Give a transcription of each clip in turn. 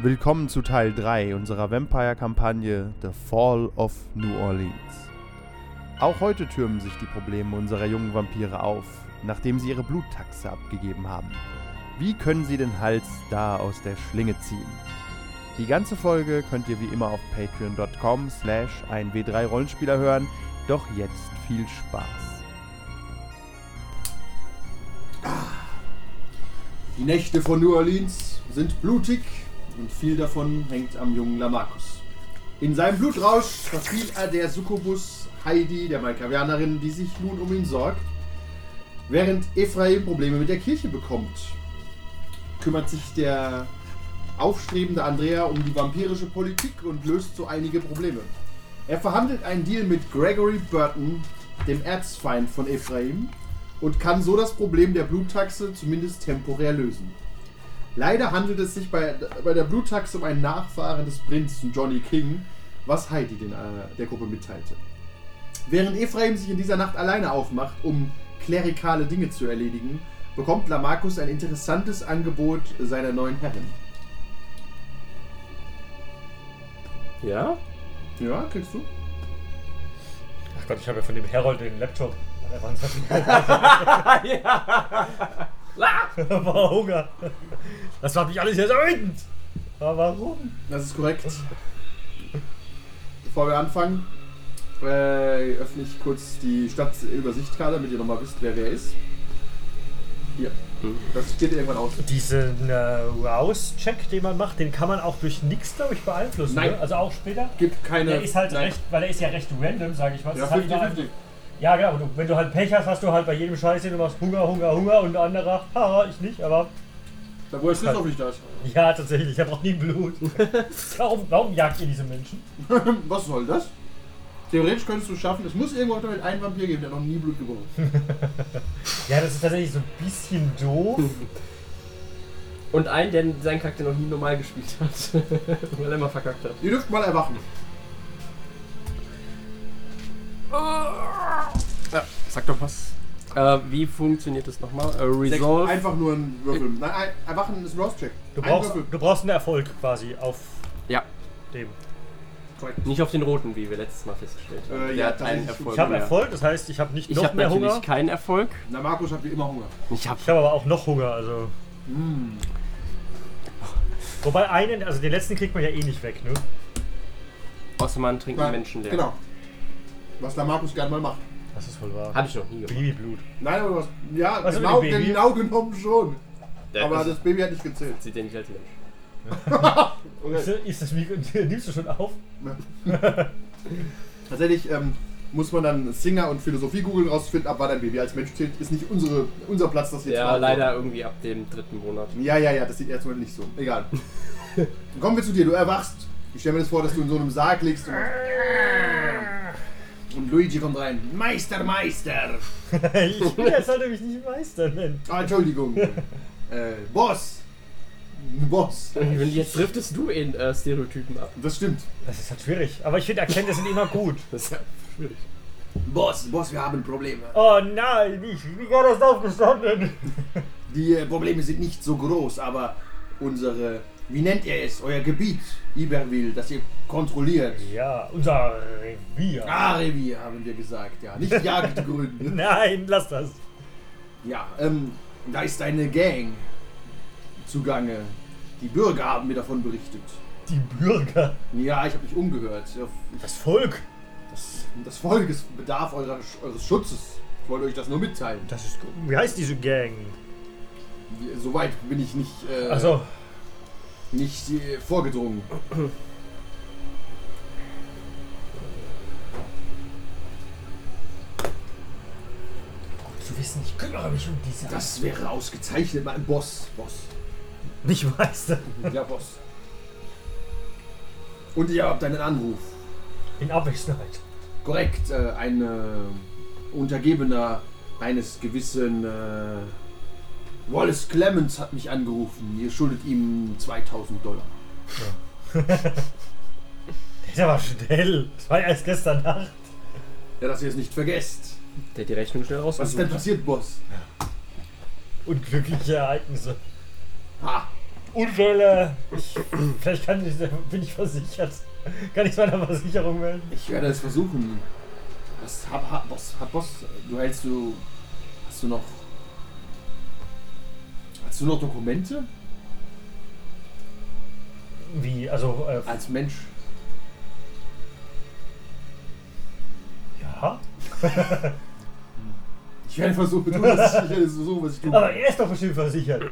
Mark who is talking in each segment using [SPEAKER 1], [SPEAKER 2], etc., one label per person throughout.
[SPEAKER 1] Willkommen zu Teil 3 unserer Vampire-Kampagne The Fall of New Orleans. Auch heute türmen sich die Probleme unserer jungen Vampire auf, nachdem sie ihre Bluttaxe abgegeben haben. Wie können sie den Hals da aus der Schlinge ziehen? Die ganze Folge könnt ihr wie immer auf patreon.com slash 1w3rollenspieler hören, doch jetzt viel Spaß.
[SPEAKER 2] Die Nächte von New Orleans sind blutig und viel davon hängt am jungen Lamarcus. In seinem Blutrausch verfiel er der Succubus Heidi, der Malkavianerin, die sich nun um ihn sorgt. Während Ephraim Probleme mit der Kirche bekommt, kümmert sich der aufstrebende Andrea um die vampirische Politik und löst so einige Probleme. Er verhandelt einen Deal mit Gregory Burton, dem Erzfeind von Ephraim, und kann so das Problem der Bluttaxe zumindest temporär lösen. Leider handelt es sich bei, bei der Bluttaxe um einen Nachfahren des Prinzen Johnny King, was Heidi den, äh, der Gruppe mitteilte. Während Ephraim sich in dieser Nacht alleine aufmacht, um klerikale Dinge zu erledigen, bekommt Lamarcus ein interessantes Angebot seiner neuen Herrin.
[SPEAKER 3] Ja?
[SPEAKER 2] Ja, kriegst du?
[SPEAKER 4] Ach Gott, ich habe ja von dem Herold den Laptop an der Wand versteckt. war Hunger. Das macht mich alles jetzt wütend. Aber warum?
[SPEAKER 2] Das ist korrekt. Bevor wir anfangen, äh, öffne ich kurz die Stadtübersichtkarte, damit ihr nochmal wisst, wer wer ist. Hier. Das steht irgendwann aus.
[SPEAKER 4] Diesen äh, Rouse-Check, den man macht, den kann man auch durch nichts, glaube ich, beeinflussen.
[SPEAKER 2] Nein.
[SPEAKER 4] Ne? Also auch später.
[SPEAKER 2] Gibt keine.
[SPEAKER 4] Der ist halt
[SPEAKER 2] nein.
[SPEAKER 4] recht, weil er ist ja recht random, sage ich mal.
[SPEAKER 2] Ja,
[SPEAKER 4] Das ist halt
[SPEAKER 2] 50,
[SPEAKER 4] überall-
[SPEAKER 2] 50.
[SPEAKER 4] ja genau. Du, wenn du halt Pech hast, hast du halt bei jedem Scheiß, den du machst, Hunger, Hunger, Hunger und ein anderer, haha, ich nicht, aber
[SPEAKER 2] Da wo er Schlüssel auf nicht da ist.
[SPEAKER 4] ja, tatsächlich, er braucht nie Blut. warum, warum jagt ihr diese Menschen?
[SPEAKER 2] Was soll das? Theoretisch könntest du schaffen, es muss irgendwo damit einen Vampir geben, der noch nie Blut gebrochen hat.
[SPEAKER 4] Ja, das ist tatsächlich so ein bisschen doof.
[SPEAKER 3] Und einen, der seinen Charakter noch nie normal gespielt hat. Weil er immer verkackt hat.
[SPEAKER 2] Ihr dürft mal erwachen.
[SPEAKER 3] Ja, sag doch was. Äh, wie funktioniert das nochmal? Äh,
[SPEAKER 2] Sechs-
[SPEAKER 3] Resolve.
[SPEAKER 2] Einfach nur ein Würfel. Nein, ein, erwachen ist ein Rouse-Check.
[SPEAKER 4] Du
[SPEAKER 2] Ein
[SPEAKER 4] brauchst,
[SPEAKER 2] Würfel.
[SPEAKER 4] du brauchst einen Erfolg quasi auf
[SPEAKER 3] Ja.
[SPEAKER 4] dem.
[SPEAKER 3] Nicht auf den roten, wie wir letztes Mal festgestellt haben.
[SPEAKER 2] Äh,
[SPEAKER 3] Der
[SPEAKER 2] ja,
[SPEAKER 3] hat einen
[SPEAKER 2] tatsächlich.
[SPEAKER 3] Erfolg.
[SPEAKER 4] Ich habe
[SPEAKER 3] mehr.
[SPEAKER 4] Erfolg, das heißt, ich habe nicht
[SPEAKER 3] Ich
[SPEAKER 4] noch
[SPEAKER 3] habe
[SPEAKER 4] mehr
[SPEAKER 3] natürlich
[SPEAKER 4] Hunger.
[SPEAKER 3] keinen Erfolg.
[SPEAKER 2] Na, Markus hat wie immer Hunger.
[SPEAKER 3] Ich habe
[SPEAKER 4] Ich habe aber auch noch Hunger, also. Wobei einen, also den letzten kriegt man ja eh nicht weg, ne?
[SPEAKER 3] außer man trinkt einen
[SPEAKER 2] Nein,
[SPEAKER 3] Menschen leer.
[SPEAKER 2] Genau. Was der Markus gerne mal macht.
[SPEAKER 4] Das ist wohl wahr.
[SPEAKER 3] Habe ich noch nie gemacht.
[SPEAKER 4] Babyblut.
[SPEAKER 2] Nein, aber was. Ja,
[SPEAKER 4] Was ist
[SPEAKER 2] genau,
[SPEAKER 4] mit dem Baby?
[SPEAKER 2] genau genommen schon. aber
[SPEAKER 3] das
[SPEAKER 2] das Baby hat nicht gezählt.
[SPEAKER 3] sieht ja nicht als Mensch.
[SPEAKER 4] Ist, ist das Mikro, nimmst du schon auf?
[SPEAKER 2] Tatsächlich ähm, muss man dann Singer und Philosophie googeln rausfinden, ab wann ein Baby als Mensch zählt. Ist nicht unsere, unser Platz, das jetzt
[SPEAKER 3] Ja,
[SPEAKER 2] mal-
[SPEAKER 3] leider irgendwie ab dem dritten Monat.
[SPEAKER 2] Ja, ja, ja, das sieht erstmal nicht so. Egal. Dann Kommen wir zu dir, du erwachst. Ich stelle mir das vor, dass du in so einem Sarg liegst und, und Luigi kommt rein. Meister, Meister!
[SPEAKER 4] ich will jetzt sollte mich nicht Meister nennen.
[SPEAKER 2] Ah, Entschuldigung. äh, Boss! Boss!
[SPEAKER 3] Und jetzt driftest du in äh, Stereotypen ab.
[SPEAKER 2] Das stimmt.
[SPEAKER 4] Das ist halt schwierig. Aber ich finde, Erkenntnisse sind immer gut.
[SPEAKER 3] Das ist ja schwierig.
[SPEAKER 2] Boss, Boss, wir haben Probleme.
[SPEAKER 4] Oh nein, ich bin gerade erst aufgestanden.
[SPEAKER 2] Die äh, Probleme sind nicht so groß, aber unsere, wie nennt ihr es, euer Gebiet, Iberville, das ihr kontrolliert.
[SPEAKER 4] Ja, unser Revier.
[SPEAKER 2] Ah, Revier, haben wir gesagt, ja. Nicht Jagdgründe.
[SPEAKER 4] Nein, lass das.
[SPEAKER 2] ja, ähm, da ist eine Gang zugange. Die Bürger haben mir davon berichtet.
[SPEAKER 4] Die Bürger.
[SPEAKER 2] Ja, ich habe mich umgehört. Ich-
[SPEAKER 4] Das Volk.
[SPEAKER 2] Das, das Volk ist bedarf eurer, eures Schutzes. Ich wollte euch das nur mitteilen.
[SPEAKER 4] Das ist gut. Wie heißt diese Gang?
[SPEAKER 2] Soweit bin ich nicht, äh,
[SPEAKER 4] Also,
[SPEAKER 2] nicht äh, vorgedrungen.
[SPEAKER 4] zu wissen, ich kümmere mich um diese.
[SPEAKER 2] Das wäre ausgezeichnet, mein Boss. Boss.
[SPEAKER 4] Nicht Meister.
[SPEAKER 2] Ja, Boss. Und ihr habt einen Anruf.
[SPEAKER 4] In Abwesenheit.
[SPEAKER 2] Korrekt, äh, ein äh, Untergebener eines gewissen äh, Wallace Clemens hat mich angerufen. Ihr schuldet ihm 2000 Dollar.
[SPEAKER 4] Der war schnell. Das war ja erst gestern Nacht.
[SPEAKER 2] Ja, dass ihr es nicht vergesst.
[SPEAKER 3] Der hat die Rechnung schnell
[SPEAKER 2] Was ist denn
[SPEAKER 3] rausgesucht.
[SPEAKER 2] passiert, Boss?
[SPEAKER 4] Unglückliche Ereignisse.
[SPEAKER 2] Ha!
[SPEAKER 4] Unfälle. Ich, vielleicht kann ich, bin ich versichert. Kann ich meiner Versicherung melden?
[SPEAKER 2] Ich werde es versuchen. Was hab, hab, Boss, hab Boss, du hältst du. Hast du noch. Hast du noch Dokumente?
[SPEAKER 4] Wie? Also, äh,
[SPEAKER 2] Als Mensch.
[SPEAKER 4] ja.
[SPEAKER 2] Ich werde versuchen, du, was, ich werde versuchen, was ich tue.
[SPEAKER 4] Aber er ist doch bestimmt versichert.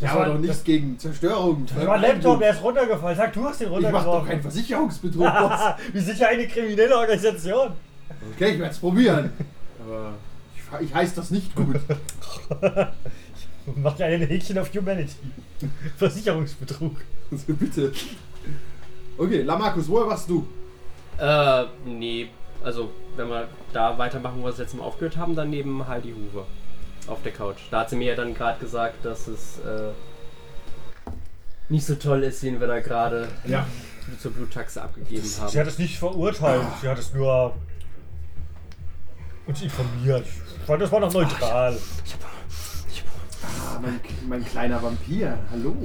[SPEAKER 2] ich habe doch nichts gegen Zerstörung.
[SPEAKER 4] Das war ein Laptop, der ist runtergefallen. Sag, du hast den
[SPEAKER 2] Ich mache doch keinen
[SPEAKER 4] runtergeworfen.
[SPEAKER 2] Versicherungsbetrug, Boss.
[SPEAKER 4] Wie sicher eine kriminelle Organisation.
[SPEAKER 2] Okay, ich werde es probieren. Aber ich, ich heiße das nicht gut.
[SPEAKER 4] Macht ja ein Häkchen auf Humanity. Versicherungsbetrug.
[SPEAKER 2] Also bitte. Okay, Lamarcus, woher warst du?
[SPEAKER 3] Äh, nee. Also, wenn wir da weitermachen, wo wir das letzte Mal aufgehört haben, dann neben Heidi Hoover. Auf der Couch. Da hat sie mir ja dann gerade gesagt, dass es äh, nicht so toll ist, wen wir da gerade
[SPEAKER 2] Ja.
[SPEAKER 3] zur Bluttaxe abgegeben
[SPEAKER 4] Sie hat
[SPEAKER 3] haben.
[SPEAKER 4] es nicht verurteilt, sie hat es nur uns informiert. Ich fand, das war noch neutral.
[SPEAKER 2] Ah, mein, mein kleiner Vampir. Hallo.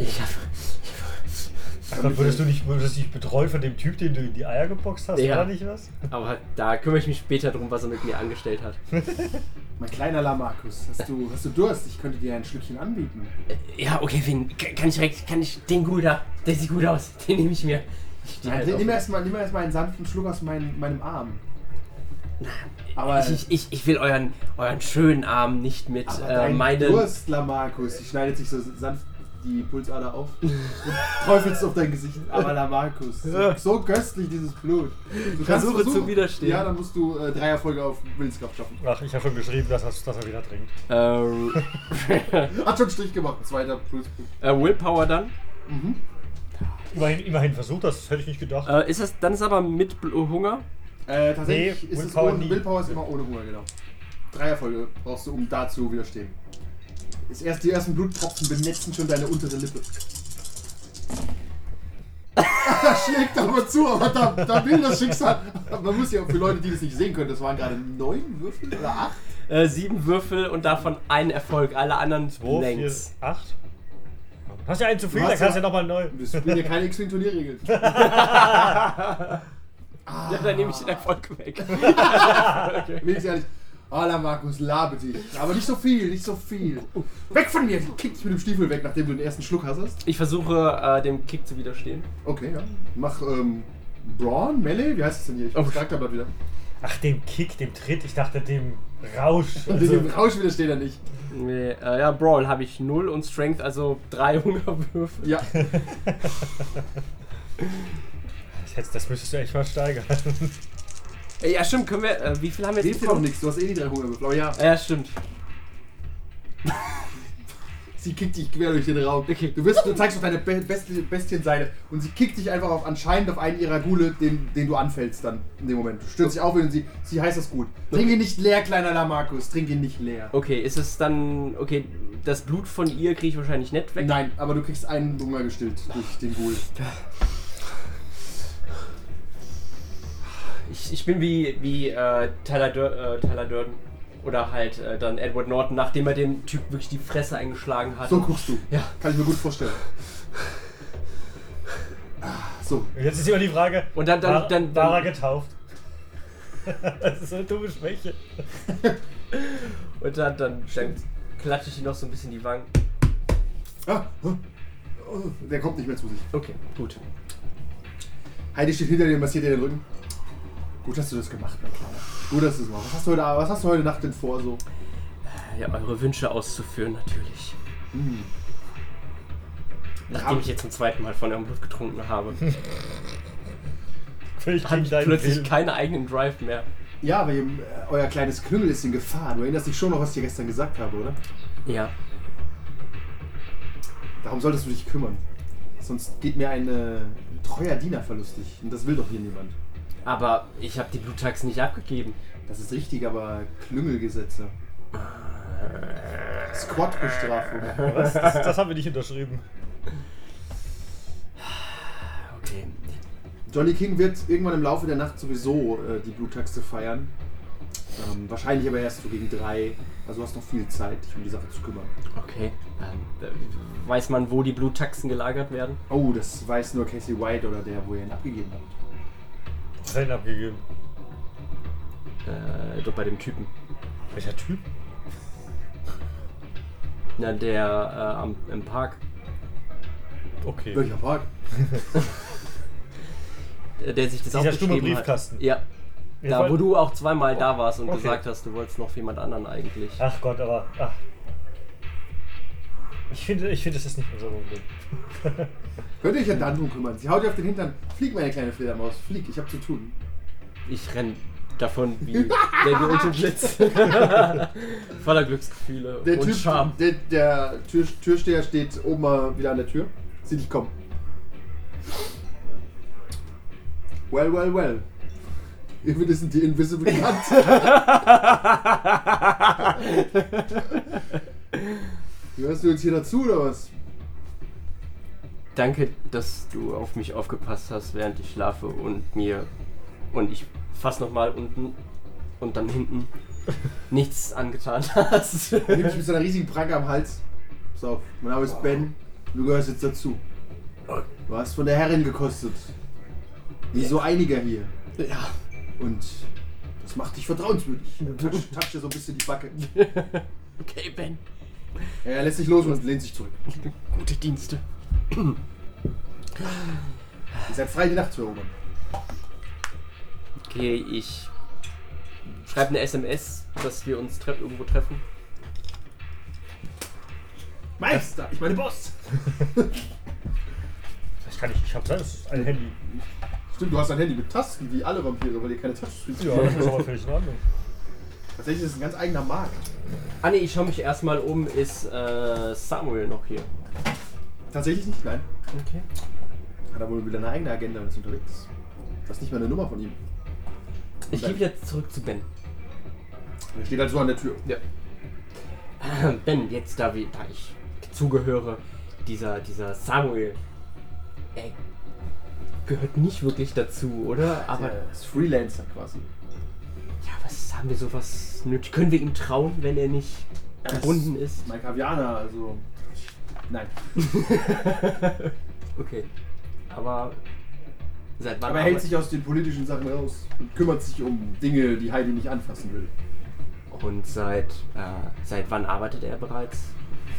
[SPEAKER 4] Dann würdest du nicht, würdest dich betreut von dem Typ, den du in die Eier geboxt hast,
[SPEAKER 3] Ja.
[SPEAKER 4] war da nicht was?
[SPEAKER 3] Aber halt, da kümmere ich mich später drum, was er mit mir angestellt hat.
[SPEAKER 2] Mein kleiner Lamarcus, hast du, hast du Durst? Ich könnte dir ein Schlückchen anbieten.
[SPEAKER 3] Ja, okay, wen, kann kann ich direkt, kann ich, den Guder, der sieht gut aus, den nehme ich mir. Ich steh
[SPEAKER 2] Nein,
[SPEAKER 3] halt auf-
[SPEAKER 2] nimm erstmal erst mal- nimm erst mal einen sanften Schluck aus meinem, meinem Arm. Aber,
[SPEAKER 3] ich, ich, ich, ich will euren, euren schönen Arm nicht mit
[SPEAKER 2] aber
[SPEAKER 3] äh,
[SPEAKER 2] dein
[SPEAKER 3] meinen.
[SPEAKER 2] Durst, Lamarcus, die schneidet sich so sanft die Pulsader auf und träufelst auf dein Gesicht. Aber Lamarcus, so, so köstlich dieses Blut. Du kannst
[SPEAKER 3] Versuche
[SPEAKER 2] versuchen.
[SPEAKER 3] zu widerstehen.
[SPEAKER 2] Ja, dann musst du äh, drei Erfolge auf Willenskraft schaffen.
[SPEAKER 4] Ach, ich habe schon geschrieben, dass, er- dass er wieder trinkt.
[SPEAKER 3] Ähm,
[SPEAKER 2] Hat schon Strich gemacht, zweiter Pluspunkt.
[SPEAKER 3] äh, Willpower dann.
[SPEAKER 4] Immerhin, immerhin versucht, das hätte ich nicht gedacht.
[SPEAKER 3] Äh, ist das, dann ist aber mit Bl- oh, Hunger.
[SPEAKER 2] Äh, tatsächlich
[SPEAKER 4] Nee,
[SPEAKER 2] ist es
[SPEAKER 4] Willpower
[SPEAKER 2] ohne,
[SPEAKER 4] nie.
[SPEAKER 2] Willpower ist immer ohne Hunger, genau. Drei Erfolge brauchst du, um dazu widerstehen. Ist erst die ersten Bluttropfen benetzen schon deine untere Lippe. Schlägt aber zu, aber da, da will das Schicksal. Man muss ja auch für Leute, die das nicht sehen können, das waren gerade neun Würfel oder acht.
[SPEAKER 3] Äh, sieben Würfel und davon ein Erfolg, alle anderen
[SPEAKER 4] Wo? Vier,
[SPEAKER 3] längs.
[SPEAKER 4] acht? Hast ja einen zu viel,
[SPEAKER 2] Du
[SPEAKER 4] da
[SPEAKER 2] hast
[SPEAKER 4] kannst du
[SPEAKER 2] ja-
[SPEAKER 4] ja nochmal neu.
[SPEAKER 2] Das sind ja keine X-Wing-Turnierregeln.
[SPEAKER 3] Ja, dann nehme ich den Erfolg weg.
[SPEAKER 2] Wenigstens ehrlich. Hola Markus, labe dich. Aber nicht so viel, nicht so viel. Weg von mir! Kick dich mit dem Stiefel weg, nachdem du den ersten Schluck hast.
[SPEAKER 3] Ich versuche äh, dem Kick zu widerstehen.
[SPEAKER 2] Okay, ja. Mach ähm, Brawn, Melee, wie heißt es denn hier? Ich
[SPEAKER 3] Oh.
[SPEAKER 2] oh. Charakterblatt wieder.
[SPEAKER 4] Ach, dem Kick, dem Tritt, ich dachte dem Rausch.
[SPEAKER 2] Also,
[SPEAKER 4] Also,
[SPEAKER 2] dem Rausch widersteht er nicht.
[SPEAKER 3] Nee, äh, ja, Brawl habe ich 0 und Strength, also 3 Hungerwürfel.
[SPEAKER 2] Ja.
[SPEAKER 4] das, hättest- das müsstest du echt mal steigern.
[SPEAKER 3] Äh, ja, stimmt, können wir. Äh, wie viel haben wir
[SPEAKER 2] Hilft
[SPEAKER 3] jetzt
[SPEAKER 2] dir doch nichts, du hast eh die drei Hungerwürfel. Aber ja,
[SPEAKER 3] Ah, Ja, stimmt.
[SPEAKER 2] sie kickt dich quer durch den Raum.
[SPEAKER 3] Okay.
[SPEAKER 2] Du, wirst, du zeigst auf deine Be Besti Bestienseite und sie kickt dich einfach auf, anscheinend auf einen ihrer Gule, den, den du anfällst dann in dem Moment. Du stürzt dich auf ihn und sie, sie heißt das gut. Trink ihn nicht leer, kleiner Lamarcus, trink ihn nicht leer.
[SPEAKER 3] Okay, ist es dann. Okay, das Blut von ihr kriege ich wahrscheinlich nicht weg.
[SPEAKER 2] Nein, aber du kriegst einen Hunger gestillt durch den Ghoul.
[SPEAKER 3] Ich, ich bin wie, wie äh, Tyler, Dur äh, Tyler Durden. Oder halt äh, dann Edward Norton, nachdem er dem Typ wirklich die Fresse eingeschlagen hat.
[SPEAKER 2] So guckst du.
[SPEAKER 3] Ja.
[SPEAKER 2] Kann ich mir gut vorstellen. Ah, So,
[SPEAKER 4] Und jetzt ist immer die Frage,
[SPEAKER 3] Und dann- dann-
[SPEAKER 4] war,
[SPEAKER 3] dann-
[SPEAKER 4] war
[SPEAKER 3] dann-
[SPEAKER 4] er getauft? das ist so eine dumme Schwäche.
[SPEAKER 3] Und dann, dann, dann klatsche ich ihm noch so ein bisschen die Wangen.
[SPEAKER 2] Ah, ah, oh, der kommt nicht mehr zu sich.
[SPEAKER 3] Okay, gut.
[SPEAKER 2] Heidi steht hinter dir und massiert dir den Rücken. Gut, dass du das gemacht hast, mein Kleiner. Gut, dass du das machst. Was hast du heute, was hast du heute Nacht denn vor so?
[SPEAKER 3] Ja, eure Wünsche auszuführen, natürlich. Nachdem ich jetzt zum zweiten Mal von eurem Blut getrunken habe,
[SPEAKER 4] Völlig
[SPEAKER 3] hatte
[SPEAKER 4] gegen
[SPEAKER 3] ich
[SPEAKER 4] deinen
[SPEAKER 3] plötzlich
[SPEAKER 4] Willen.
[SPEAKER 3] keinen eigenen Drive mehr.
[SPEAKER 2] Ja, aber ihr, äh, euer kleines Knüngel ist in Gefahr. Du erinnerst dich schon noch, was ich dir gestern gesagt habe, oder?
[SPEAKER 3] Ja.
[SPEAKER 2] Darum solltest du dich kümmern. Sonst geht mir ein äh, treuer Diener verlustig. Und das will doch hier niemand.
[SPEAKER 3] Aber ich habe die Bluttax nicht abgegeben.
[SPEAKER 2] Das ist richtig, aber Klüngelgesetze. Squad-Bestrafung.
[SPEAKER 4] Was? Das, das haben wir nicht unterschrieben.
[SPEAKER 3] Okay.
[SPEAKER 2] Johnny King wird irgendwann im Laufe der Nacht sowieso äh, die Bluttaxe feiern. Ähm, wahrscheinlich aber erst so gegen drei. Also du hast noch viel Zeit, dich um die Sache zu kümmern.
[SPEAKER 3] Okay. Ähm, äh, weiß man, wo die Bluttaxen gelagert werden?
[SPEAKER 2] Oh, das weiß nur Casey White oder der, wo ihr ihn abgegeben habt.
[SPEAKER 4] Was hat ihn abgegeben?
[SPEAKER 3] Äh, doch bei dem Typen.
[SPEAKER 4] Welcher Typ?
[SPEAKER 3] Na, der äh, am, im Park.
[SPEAKER 4] Okay.
[SPEAKER 2] Welcher Park?
[SPEAKER 3] Äh, Der sich das
[SPEAKER 4] Dieser stumme
[SPEAKER 3] aufgeschrieben hat.
[SPEAKER 4] Briefkasten.
[SPEAKER 3] Ja.
[SPEAKER 4] Wir
[SPEAKER 3] Da, wo
[SPEAKER 4] wollten-
[SPEAKER 3] du auch zweimal da warst und
[SPEAKER 4] Okay.
[SPEAKER 3] gesagt hast, du wolltest noch für jemand anderen eigentlich.
[SPEAKER 4] Ach Gott, aber. Ach. Ich finde, ich finde, es ist nicht unser Problem.
[SPEAKER 2] Könnt ihr euch an Dandruck kümmern? Sie haut ihr auf den Hintern. Flieg, meine kleine Fledermaus. Flieg, ich hab zu tun.
[SPEAKER 3] Ich renn davon wie der Wind im Blitz. Voller Glücksgefühle
[SPEAKER 2] Der
[SPEAKER 3] und
[SPEAKER 2] Typ,
[SPEAKER 3] Charme.
[SPEAKER 2] der, der Tür, Türsteher steht oben mal wieder an der Tür. Sieh dich kommen. Well, well, well. Ihr wir sind die Invisible Hand. Gehörst du jetzt hier dazu oder was?
[SPEAKER 3] Danke, dass du auf mich aufgepasst hast, während ich schlafe und mir und ich fast nochmal unten und dann hinten nichts angetan hast.
[SPEAKER 2] Nimm mich mit so einer riesigen Pranke am Hals. Pass auf, mein Name ist Ben. Du gehörst jetzt dazu. Du hast von der Herrin gekostet. Wie so einiger hier.
[SPEAKER 3] ja.
[SPEAKER 2] Und das macht dich vertrauenswürdig. Tatsch, tatsch dir so ein bisschen die Backe.
[SPEAKER 3] Okay, Ben.
[SPEAKER 2] Er lässt sich los und lehnt sich zurück.
[SPEAKER 3] Gute Dienste.
[SPEAKER 2] Ihr seid frei, die Nacht zu erobern.
[SPEAKER 3] Okay, ich schreibe eine SMS, dass wir uns tre irgendwo treffen.
[SPEAKER 2] Meister, ich meine Boss.
[SPEAKER 4] Das kann ich. Ich habe das. Ein Handy.
[SPEAKER 2] Stimmt, du hast ein Handy mit Tasten, wie alle Vampire, weil ihr keine Taschenspitze
[SPEAKER 4] Ja, das ist aber völlig in Ordnung.
[SPEAKER 2] Tatsächlich ist es ein ganz eigener Markt.
[SPEAKER 3] Ah ne, ich schaue mich erstmal um, ist äh, Samuel noch hier?
[SPEAKER 2] Tatsächlich nicht, nein.
[SPEAKER 3] Okay.
[SPEAKER 2] Hat er wohl wieder eine eigene Agenda und ist unterwegs. Das ist nicht mal eine Nummer von ihm.
[SPEAKER 3] Ich gebe jetzt zurück zu Ben.
[SPEAKER 2] Er steht halt so an der Tür.
[SPEAKER 3] Ja. Ben, jetzt da, wie, da ich zugehöre, dieser, dieser Samuel, er gehört nicht wirklich dazu, oder? Aber
[SPEAKER 2] Er ist Freelancer quasi.
[SPEAKER 3] ja, was haben wir sowas nötig? Können wir ihm trauen, wenn er nicht gebunden ist?
[SPEAKER 2] Mein Kavianer, also. Nein.
[SPEAKER 3] Okay. Aber seit wann
[SPEAKER 2] Aber er hält
[SPEAKER 3] arbeit-
[SPEAKER 2] sich aus den politischen Sachen raus und kümmert sich um Dinge, die Heidi nicht anfassen will.
[SPEAKER 3] und seit äh, seit wann arbeitet er bereits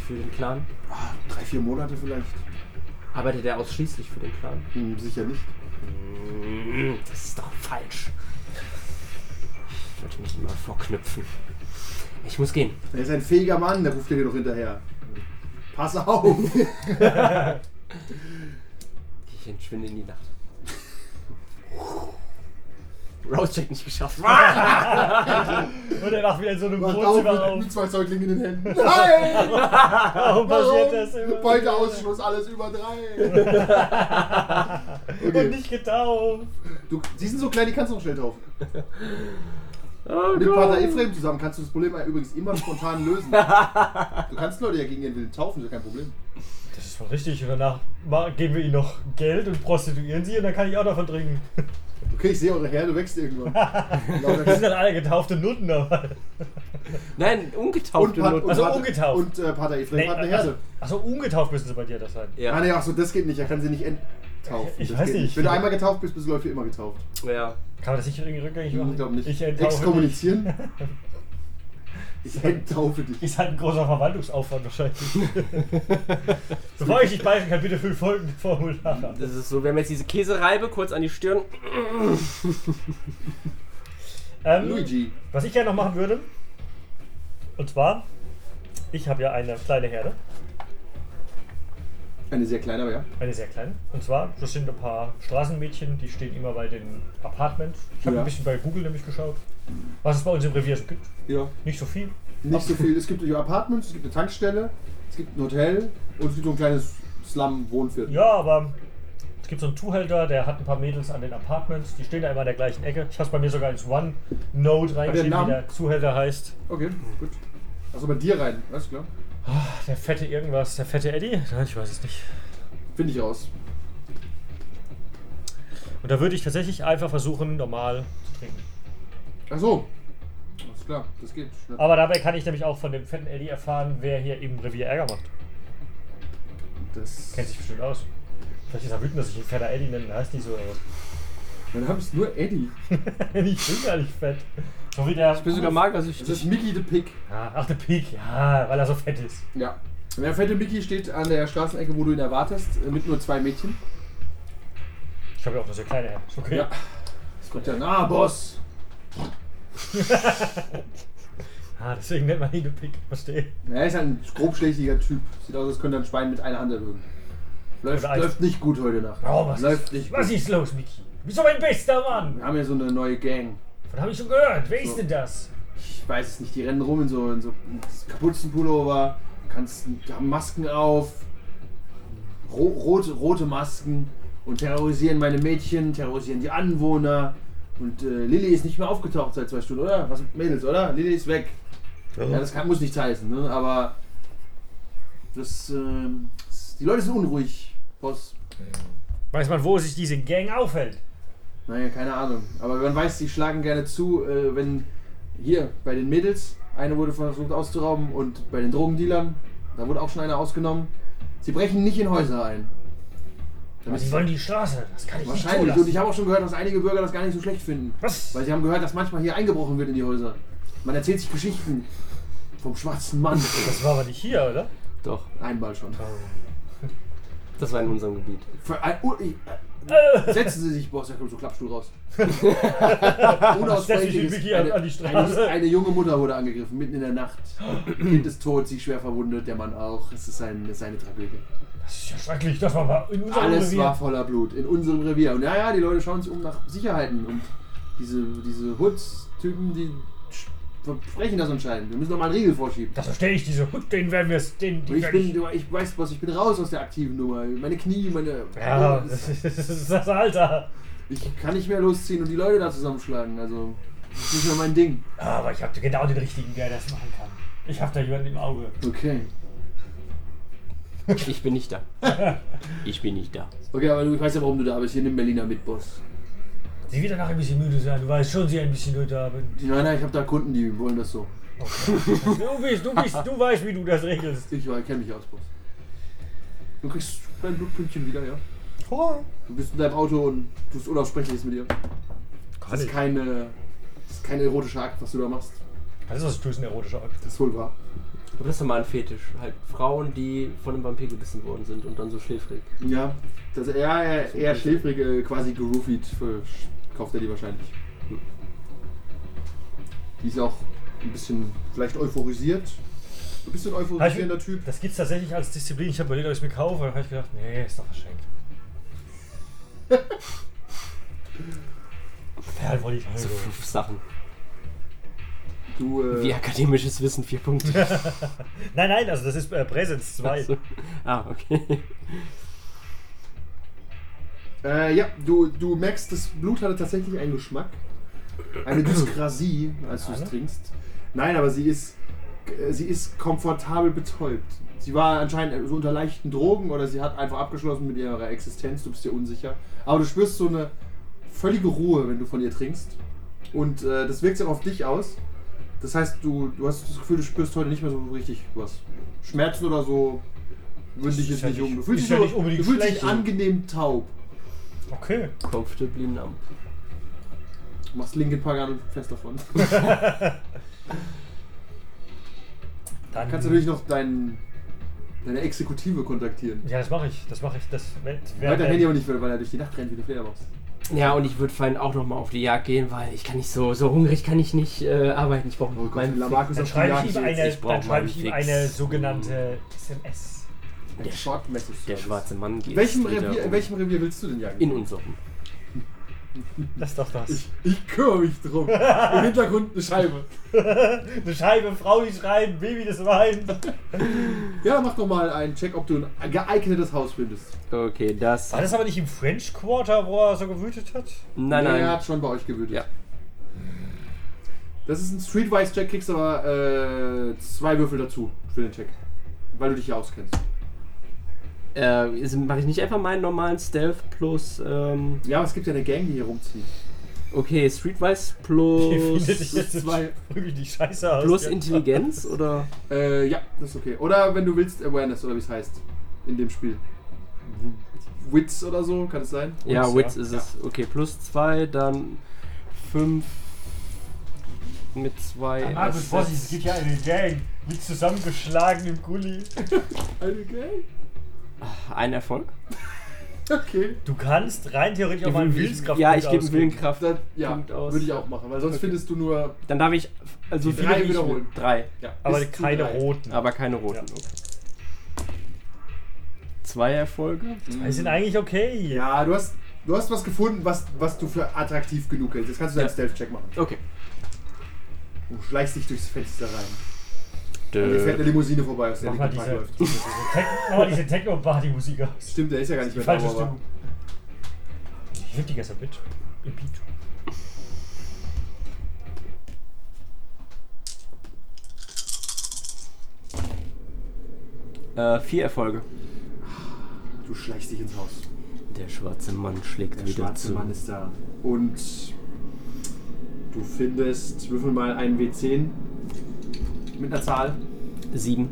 [SPEAKER 3] für den Clan?
[SPEAKER 2] Ah, drei, vier Monate vielleicht.
[SPEAKER 3] Arbeitet er ausschließlich für den Clan?
[SPEAKER 2] Hm, sicher nicht.
[SPEAKER 3] Mm, Das ist doch falsch. Ich wollte mich immer vorknüpfen. Ich muss gehen.
[SPEAKER 2] Er ist ein fähiger Mann, der ruft dir doch hinterher. Pass auf!
[SPEAKER 3] Ich entschwinde in die Nacht. Roadcheck nicht geschafft.
[SPEAKER 4] Und er macht wieder in so einem
[SPEAKER 2] Macht auf
[SPEAKER 4] Wohnzimmer
[SPEAKER 2] mit,
[SPEAKER 4] auf.
[SPEAKER 2] mit zwei Säuglingen in den Händen. Nein!
[SPEAKER 4] Warum passiert das
[SPEAKER 2] Warum?
[SPEAKER 4] immer?
[SPEAKER 2] Beuteausschluss, alles über drei. Okay.
[SPEAKER 4] Und nicht getauft.
[SPEAKER 2] Du, die sind so klein, die kannst du noch schnell taufen.
[SPEAKER 3] Oh
[SPEAKER 2] Mit Pater Ephraim zusammen kannst du das Problem übrigens immer spontan lösen. Du kannst Leute ja gegen ihren Willen taufen, ist ja kein Problem.
[SPEAKER 4] Das ist doch richtig. Und danach ma- geben wir ihnen noch Geld und prostituieren sie und dann kann ich auch davon trinken.
[SPEAKER 2] Okay, ich sehe eure Herde wächst irgendwann.
[SPEAKER 4] Das sind
[SPEAKER 2] Lauter-
[SPEAKER 4] dann alle getaufte Nutten dabei.
[SPEAKER 3] Nein,
[SPEAKER 2] und,
[SPEAKER 3] ungetaufte
[SPEAKER 2] Pat-
[SPEAKER 3] Noten.
[SPEAKER 2] und,
[SPEAKER 4] Also
[SPEAKER 2] Pater-
[SPEAKER 4] ungetauft.
[SPEAKER 2] und äh, Pater Ephraim hat eine
[SPEAKER 4] also,
[SPEAKER 2] Herde.
[SPEAKER 4] achso, ungetauft müssen sie bei dir das sein.
[SPEAKER 3] Ja.
[SPEAKER 2] Ah, nee, ach so, das geht nicht. Er kann sie nicht enttaufen.
[SPEAKER 4] Ich
[SPEAKER 2] das
[SPEAKER 4] weiß
[SPEAKER 2] geht
[SPEAKER 4] nicht.
[SPEAKER 2] Wenn du einmal getauft bist, bist du Leute immer getauft.
[SPEAKER 3] ja.
[SPEAKER 4] Kann man das nicht irgendwie rückgängig machen?
[SPEAKER 2] Ich glaube nicht.
[SPEAKER 4] Ich äh, enttaufe dich.
[SPEAKER 2] Exkommunizieren? Ich enttaufe dich.
[SPEAKER 4] Ist halt ein großer Verwaltungsaufwand wahrscheinlich. Bevor ich dich beißen kann, bitte füll folgende Formulare.
[SPEAKER 3] Das ist so, wir haben jetzt diese Käsereibe kurz an die Stirn.
[SPEAKER 4] Ähm,
[SPEAKER 2] Luigi.
[SPEAKER 4] Was ich gerne noch machen würde, und zwar, ich habe ja eine kleine Herde,
[SPEAKER 2] Eine sehr kleine, aber ja.
[SPEAKER 4] eine sehr kleine. Und zwar, das sind ein paar Straßenmädchen, die stehen immer bei den Apartments. Ich habe
[SPEAKER 2] Ja.
[SPEAKER 4] ein bisschen bei Google nämlich geschaut, was es bei uns im Revier so gibt.
[SPEAKER 2] Ja.
[SPEAKER 4] Nicht so viel.
[SPEAKER 2] Nicht so viel. Es gibt ja Apartments, es gibt eine Tankstelle, es gibt ein Hotel und es gibt so ein kleines Slum-Wohnviertel.
[SPEAKER 4] Ja, aber es gibt so einen Zuhälter, der hat ein paar Mädels an den Apartments, die stehen da immer in der gleichen Ecke. Ich habe es bei mir sogar ins One-Note reingeschrieben,
[SPEAKER 2] Namen?
[SPEAKER 4] wie der Zuhälter heißt.
[SPEAKER 2] Okay, gut. Achso, bei dir rein, alles klar.
[SPEAKER 4] Ach, der fette irgendwas, der fette Eddie? Nein, ich weiß es nicht.
[SPEAKER 2] Finde ich raus.
[SPEAKER 4] Und da würde ich tatsächlich einfach versuchen, normal zu trinken.
[SPEAKER 2] Achso. klar, das geht. schnell.
[SPEAKER 4] Aber dabei kann ich nämlich auch von dem fetten Eddie erfahren, wer hier im Revier Ärger macht.
[SPEAKER 2] Das
[SPEAKER 4] Kennt sich bestimmt aus. Vielleicht ist er wütend, dass ich ihn fetter Eddie nenne. Heißt nicht so. aber-
[SPEAKER 2] Mein Name ist nur Eddie.
[SPEAKER 4] ich bin gar nicht fett. So wie der.
[SPEAKER 3] Ich bin sogar magersüchtig.
[SPEAKER 2] Das ist Mickey the Pig.
[SPEAKER 4] Ah, ach, der Peak. Ja, weil er so fett ist.
[SPEAKER 2] Ja. Der fette Mickey steht an der Straßenecke, wo du ihn erwartest, äh, mit nur zwei Mädchen.
[SPEAKER 4] Ich habe ja auch nur so kleine Hände. Ist Okay.
[SPEAKER 2] Ja. Es kommt dann, ah, Boss.
[SPEAKER 4] Ah, deswegen nennt man ihn den Peak. Verstehe.
[SPEAKER 2] Ja, Er ist ein grobschlächtiger Typ. Sieht aus, als könnte er ein Schwein mit einer Hand erwürgen. Läuft,
[SPEAKER 4] Oder Eis.
[SPEAKER 2] läuft nicht gut heute Nacht.
[SPEAKER 4] Oh, was,
[SPEAKER 2] läuft
[SPEAKER 4] ist,
[SPEAKER 2] nicht
[SPEAKER 4] was
[SPEAKER 2] gut.
[SPEAKER 4] ist los, Miki? Du bist doch mein bester Mann.
[SPEAKER 2] Wir haben ja so eine neue Gang.
[SPEAKER 4] Von habe ich schon gehört. Wer ist
[SPEAKER 2] So.
[SPEAKER 4] denn das?
[SPEAKER 2] Ich weiß es nicht, die rennen rum in so, in so Kapuzenpullover, kannst, die haben Masken auf, ro rote, rote Masken und terrorisieren meine Mädchen, terrorisieren die Anwohner. Und äh, Lilly ist nicht mehr aufgetaucht seit zwei Stunden, oder? Was mit Mädels, oder? Lilly ist weg. Ja, das kann, muss nichts heißen, ne? aber das, ähm, das, die Leute sind unruhig, Boss.
[SPEAKER 4] Weiß man, wo sich diese Gang aufhält?
[SPEAKER 2] Naja, keine Ahnung. Aber man weiß, die schlagen gerne zu, äh, wenn hier bei den Mädels, eine wurde versucht auszurauben und bei den Drogendealern, da wurde auch schon einer ausgenommen. Sie brechen nicht in Häuser ein.
[SPEAKER 4] Aber sie wollen die Straße. Das kann ich
[SPEAKER 2] wahrscheinlich.
[SPEAKER 4] nicht
[SPEAKER 2] Und ich
[SPEAKER 4] zulassen.
[SPEAKER 2] habe auch schon gehört, dass einige Bürger das gar nicht so schlecht finden.
[SPEAKER 4] Was?
[SPEAKER 2] Weil sie haben gehört, dass manchmal hier eingebrochen wird in die Häuser. Man erzählt sich Geschichten vom schwarzen Mann.
[SPEAKER 4] Das war aber nicht hier, oder?
[SPEAKER 3] Doch,
[SPEAKER 2] Einmal schon.
[SPEAKER 3] das war in unserem Gebiet.
[SPEAKER 2] Für ein, oh, ich, äh, setzen Sie sich, Boss, da kommt so ein Klappstuhl raus.
[SPEAKER 4] Setz dich in Wiki an-
[SPEAKER 2] eine,
[SPEAKER 4] an die Straße.
[SPEAKER 2] Eine, eine junge Mutter wurde angegriffen, mitten in der Nacht. kind ist tot, sie schwer verwundet, der Mann auch. Es ist, ein, es ist eine Tragödie.
[SPEAKER 4] Das ist ja schrecklich. Das war mal in unserem
[SPEAKER 2] Alles war
[SPEAKER 4] Revier.
[SPEAKER 2] voller Blut in unserem Revier. Und ja, ja, die Leute schauen sich um nach Sicherheiten. Und diese, diese Hoods-Typen, die sch- verbrechen das anscheinend. Wir müssen noch mal einen Riegel vorschieben.
[SPEAKER 4] Das verstehe ich. Diese Hut, den werden wir es. Den,
[SPEAKER 2] Und
[SPEAKER 4] die
[SPEAKER 2] ich
[SPEAKER 4] werde
[SPEAKER 2] bin, ich weiß was, ich bin raus aus der aktiven Nummer. Meine Knie, meine. Oh,
[SPEAKER 4] Ja, das ist, das ist das Alter.
[SPEAKER 2] Ich kann nicht mehr losziehen und die Leute da zusammenschlagen. Also, das ist nicht mehr mein Ding.
[SPEAKER 4] Aber ich habe genau den richtigen, der das machen kann. Ich habe da jemanden im Auge.
[SPEAKER 2] Okay.
[SPEAKER 3] Ich bin nicht da. Ich bin nicht da.
[SPEAKER 2] Okay, aber du, ich weiß ja, warum du da bist. Hier nimm Berliner mit, Boss.
[SPEAKER 4] Sie wird danach ein bisschen müde sein. Du weißt schon, sie ein bisschen heute Abend.
[SPEAKER 2] Nein, nein, ich habe da Kunden, die wollen das so.
[SPEAKER 4] Du bist, du bist, du weißt, wie du das regelst.
[SPEAKER 2] Ich kenne mich aus, Boss. Du kriegst dein Blutpünktchen wieder, ja? Du bist in deinem Auto und tust Unaussprechliches mit dir. Das ist keine, das ist kein erotischer Akt, was du da machst.
[SPEAKER 4] Alles, was du tust, ist ein erotischer Akt.
[SPEAKER 2] Das ist wohl wahr.
[SPEAKER 3] Aber das ist doch mal ein Fetisch. Halt Frauen, die von einem Vampir gebissen worden sind und dann so schläfrig.
[SPEAKER 2] Ja, das ist eher, eher, eher schläfrige, quasi geroofied, für- kauft er die wahrscheinlich. Die ist auch ein bisschen vielleicht euphorisiert. Ein bisschen euphorisierender Typ.
[SPEAKER 4] Das gibt's tatsächlich als Disziplin. Ich habe überlegt, ob ich es mir kaufe. Dann habe ich gedacht, nee, ist doch verschenkt. Perlwollitalo.
[SPEAKER 3] So fünf Sachen.
[SPEAKER 2] Du, äh,
[SPEAKER 3] Wie akademisches Wissen, vier Punkte.
[SPEAKER 4] Nein, nein, also das ist äh, Präsenz 2.
[SPEAKER 3] Also, ah, okay.
[SPEAKER 2] Äh, ja, du, du merkst, das Blut hatte tatsächlich einen Geschmack. Eine Dyskrasie, als du es
[SPEAKER 4] Ja, ne?
[SPEAKER 2] trinkst. Nein, aber sie ist, äh, sie ist komfortabel betäubt. Sie war anscheinend äh, so unter leichten Drogen oder sie hat einfach abgeschlossen mit ihrer Existenz, du bist dir unsicher. Aber du spürst so eine völlige Ruhe, wenn du von ihr trinkst. Und äh, das wirkt sich auch auf dich aus. Das heißt, du, du hast das Gefühl, du spürst heute nicht mehr so richtig was. Schmerzen oder so würden dich
[SPEAKER 4] ist
[SPEAKER 2] jetzt
[SPEAKER 4] ja
[SPEAKER 2] nicht
[SPEAKER 4] nicht-
[SPEAKER 2] um. Du fühlst
[SPEAKER 4] ist
[SPEAKER 2] dich,
[SPEAKER 4] ja
[SPEAKER 2] so,
[SPEAKER 4] nicht unbedingt
[SPEAKER 2] du fühlst dich
[SPEAKER 4] schlecht.
[SPEAKER 2] angenehm taub.
[SPEAKER 4] Okay.
[SPEAKER 3] Comfortably numb.
[SPEAKER 2] Du machst Linkin Park an und fest davon.
[SPEAKER 4] Dann
[SPEAKER 2] Kannst natürlich noch deinen, deine Exekutive kontaktieren.
[SPEAKER 4] Ja, das mache ich. Das mache ich. Das äh, wär, wär,
[SPEAKER 2] Weiter Handy aber nicht, weil er durch die Nacht rennt wie eine Fledermaus.
[SPEAKER 3] Ja, und ich würde vorhin auch nochmal auf die Jagd gehen, weil ich kann nicht so, so hungrig kann ich nicht äh, arbeiten. Ich brauche
[SPEAKER 2] Oh Gott,
[SPEAKER 3] meinen
[SPEAKER 2] Lamarcus
[SPEAKER 4] dann
[SPEAKER 2] auf die
[SPEAKER 4] schreibe ich
[SPEAKER 2] Jagd
[SPEAKER 4] ihm
[SPEAKER 2] jetzt.
[SPEAKER 4] eine,
[SPEAKER 3] ich brauch
[SPEAKER 4] dann schreibe
[SPEAKER 3] meinen
[SPEAKER 4] ich ihm
[SPEAKER 3] Fix.
[SPEAKER 4] eine sogenannte SMS.
[SPEAKER 2] Der Short Message
[SPEAKER 3] Der
[SPEAKER 2] Service.
[SPEAKER 3] schwarze Mann geht.
[SPEAKER 2] In welchem,
[SPEAKER 3] wieder
[SPEAKER 2] Revier, in
[SPEAKER 3] um.
[SPEAKER 2] welchem Revier willst du denn jagen?
[SPEAKER 3] In unserem.
[SPEAKER 4] Das ist doch das.
[SPEAKER 2] ich, ich kümmere mich drum. Im Hintergrund eine Scheibe.
[SPEAKER 4] eine Scheibe, Frau, die schreit, Baby, das weint.
[SPEAKER 2] Ja, mach doch mal einen Check, ob du ein geeignetes Haus findest.
[SPEAKER 3] Okay, das.
[SPEAKER 4] War das aber nicht im French Quarter, wo er so gewütet hat?
[SPEAKER 3] Nein,
[SPEAKER 2] Ja,
[SPEAKER 3] nein.
[SPEAKER 2] Er hat schon bei euch gewütet.
[SPEAKER 3] Ja.
[SPEAKER 2] Das ist ein Streetwise-Check, kriegst aber äh, zwei Würfel dazu für den Check. Weil du dich hier auskennst.
[SPEAKER 3] Äh, Mache ich nicht einfach meinen normalen Stealth plus. Ähm,
[SPEAKER 2] Ja, aber es gibt ja eine Gang, die hier rumzieht.
[SPEAKER 3] Okay, Streetwise
[SPEAKER 4] Wie findet
[SPEAKER 3] plus,
[SPEAKER 4] ich jetzt
[SPEAKER 2] zwei.
[SPEAKER 4] wirklich die Scheiße aus?
[SPEAKER 3] plus Intelligenz oder?
[SPEAKER 2] Äh, ja, das ist okay. Oder wenn du willst, Awareness oder wie es heißt. In dem Spiel. W- Wits oder so, kann es sein?
[SPEAKER 3] Ja,
[SPEAKER 4] ja.
[SPEAKER 3] Wits ist es. Okay, plus 2, dann 5 mit 2.
[SPEAKER 2] Ah,
[SPEAKER 4] Markus, Vorsicht, es gibt ja eine Gang. Wie zusammengeschlagen im Gully.
[SPEAKER 2] Okay.
[SPEAKER 3] Ein Erfolg?
[SPEAKER 2] Okay.
[SPEAKER 4] Du kannst rein theoretisch auch mal einen Willenskraft
[SPEAKER 3] Ja, ich gebe einen Willenskraft.
[SPEAKER 2] Dann, ja,
[SPEAKER 3] Punkt aus.
[SPEAKER 2] würde ich auch machen, weil sonst
[SPEAKER 3] Okay.
[SPEAKER 2] findest du nur.
[SPEAKER 3] Dann darf ich also
[SPEAKER 2] Die
[SPEAKER 3] viele
[SPEAKER 2] drei
[SPEAKER 3] wie ich will.
[SPEAKER 2] wiederholen.
[SPEAKER 3] Drei,
[SPEAKER 2] Ja,
[SPEAKER 4] Aber
[SPEAKER 2] bis zu
[SPEAKER 4] keine
[SPEAKER 2] drei.
[SPEAKER 4] roten.
[SPEAKER 3] aber keine roten.
[SPEAKER 4] Ja.
[SPEAKER 3] Okay. Zwei Erfolge.
[SPEAKER 4] Die sind eigentlich okay.
[SPEAKER 2] Ja, du hast, du hast was gefunden, was, was du für attraktiv genug hältst. Jetzt kannst du deinen
[SPEAKER 3] Ja.
[SPEAKER 2] Stealth-Check machen.
[SPEAKER 3] Okay.
[SPEAKER 2] Du schleichst dich durchs Fenster rein.
[SPEAKER 3] Äh,
[SPEAKER 2] Und Jetzt fährt eine Limousine vorbei, aus der
[SPEAKER 4] Mach mal
[SPEAKER 2] Linkin Park
[SPEAKER 4] diese,
[SPEAKER 2] läuft.
[SPEAKER 4] diese, Techno- mach mal diese Techno-Party-Musik aus.
[SPEAKER 2] Stimmt, der ist ja gar nicht
[SPEAKER 4] Die
[SPEAKER 2] mehr
[SPEAKER 4] falsche
[SPEAKER 2] da, aber-
[SPEAKER 4] Stimmung. Ich finde die gestern mit. Im Beat.
[SPEAKER 3] Äh, vier Erfolge.
[SPEAKER 2] Du schleichst dich ins Haus.
[SPEAKER 3] Der schwarze Mann schlägt
[SPEAKER 2] Der
[SPEAKER 3] wieder
[SPEAKER 2] schwarze
[SPEAKER 3] zu.
[SPEAKER 2] Mann ist da. Und du findest, würfel mal einen W10 mit einer Zahl.
[SPEAKER 3] Sieben.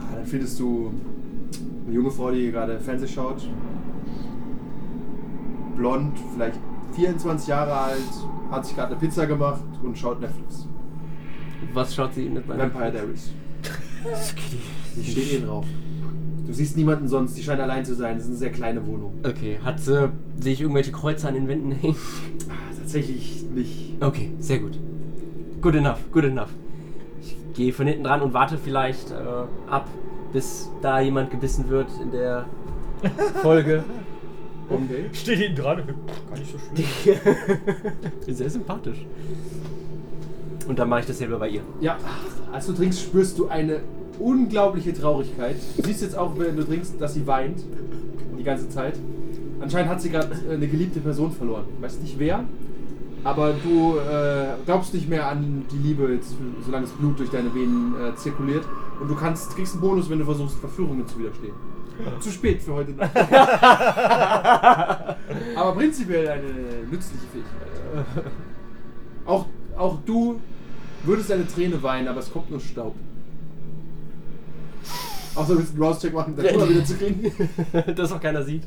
[SPEAKER 2] Ah, Dann findest du eine junge Frau, die gerade Fernseh schaut. Blond, vielleicht 24 Jahre alt, hat sich gerade eine Pizza gemacht und schaut Netflix.
[SPEAKER 3] Was schaut sie mit meinem
[SPEAKER 2] Vampire Diaries. Die
[SPEAKER 3] Okay.
[SPEAKER 2] steht hier drauf. Du siehst niemanden sonst, die scheint allein zu sein. Das ist eine sehr kleine Wohnung.
[SPEAKER 3] okay. Hat sie. Sehe ich irgendwelche Kreuze an den Wänden hängen?
[SPEAKER 2] Ah, Tatsächlich nicht.
[SPEAKER 3] Okay, sehr gut. Good enough, good enough. Ich gehe von hinten dran und warte vielleicht äh, ab, bis da jemand gebissen wird in der Folge.
[SPEAKER 2] Okay.
[SPEAKER 4] Steht hinten dran. Gar nicht so schlimm.
[SPEAKER 3] sehr sympathisch. Und dann mache ich dasselbe bei ihr.
[SPEAKER 2] Ja, als du trinkst, spürst du eine unglaubliche Traurigkeit. Du siehst jetzt auch, wenn du trinkst, dass sie weint. Die ganze Zeit. Anscheinend hat sie gerade äh, eine geliebte Person verloren. Weißt nicht wer, aber du äh, glaubst nicht mehr an die Liebe, jetzt, solange das Blut durch deine Venen äh, zirkuliert. Und du kannst, kriegst einen Bonus, wenn du versuchst, Verführungen zu widerstehen. Zu spät für heute Nacht. aber prinzipiell eine nützliche Fähigkeit. Auch, auch du würdest eine Träne weinen, aber es kommt nur Staub. Außer du willst einen Rouse-Check machen, dann immer wieder zu kriegen.
[SPEAKER 3] Dass auch keiner sieht.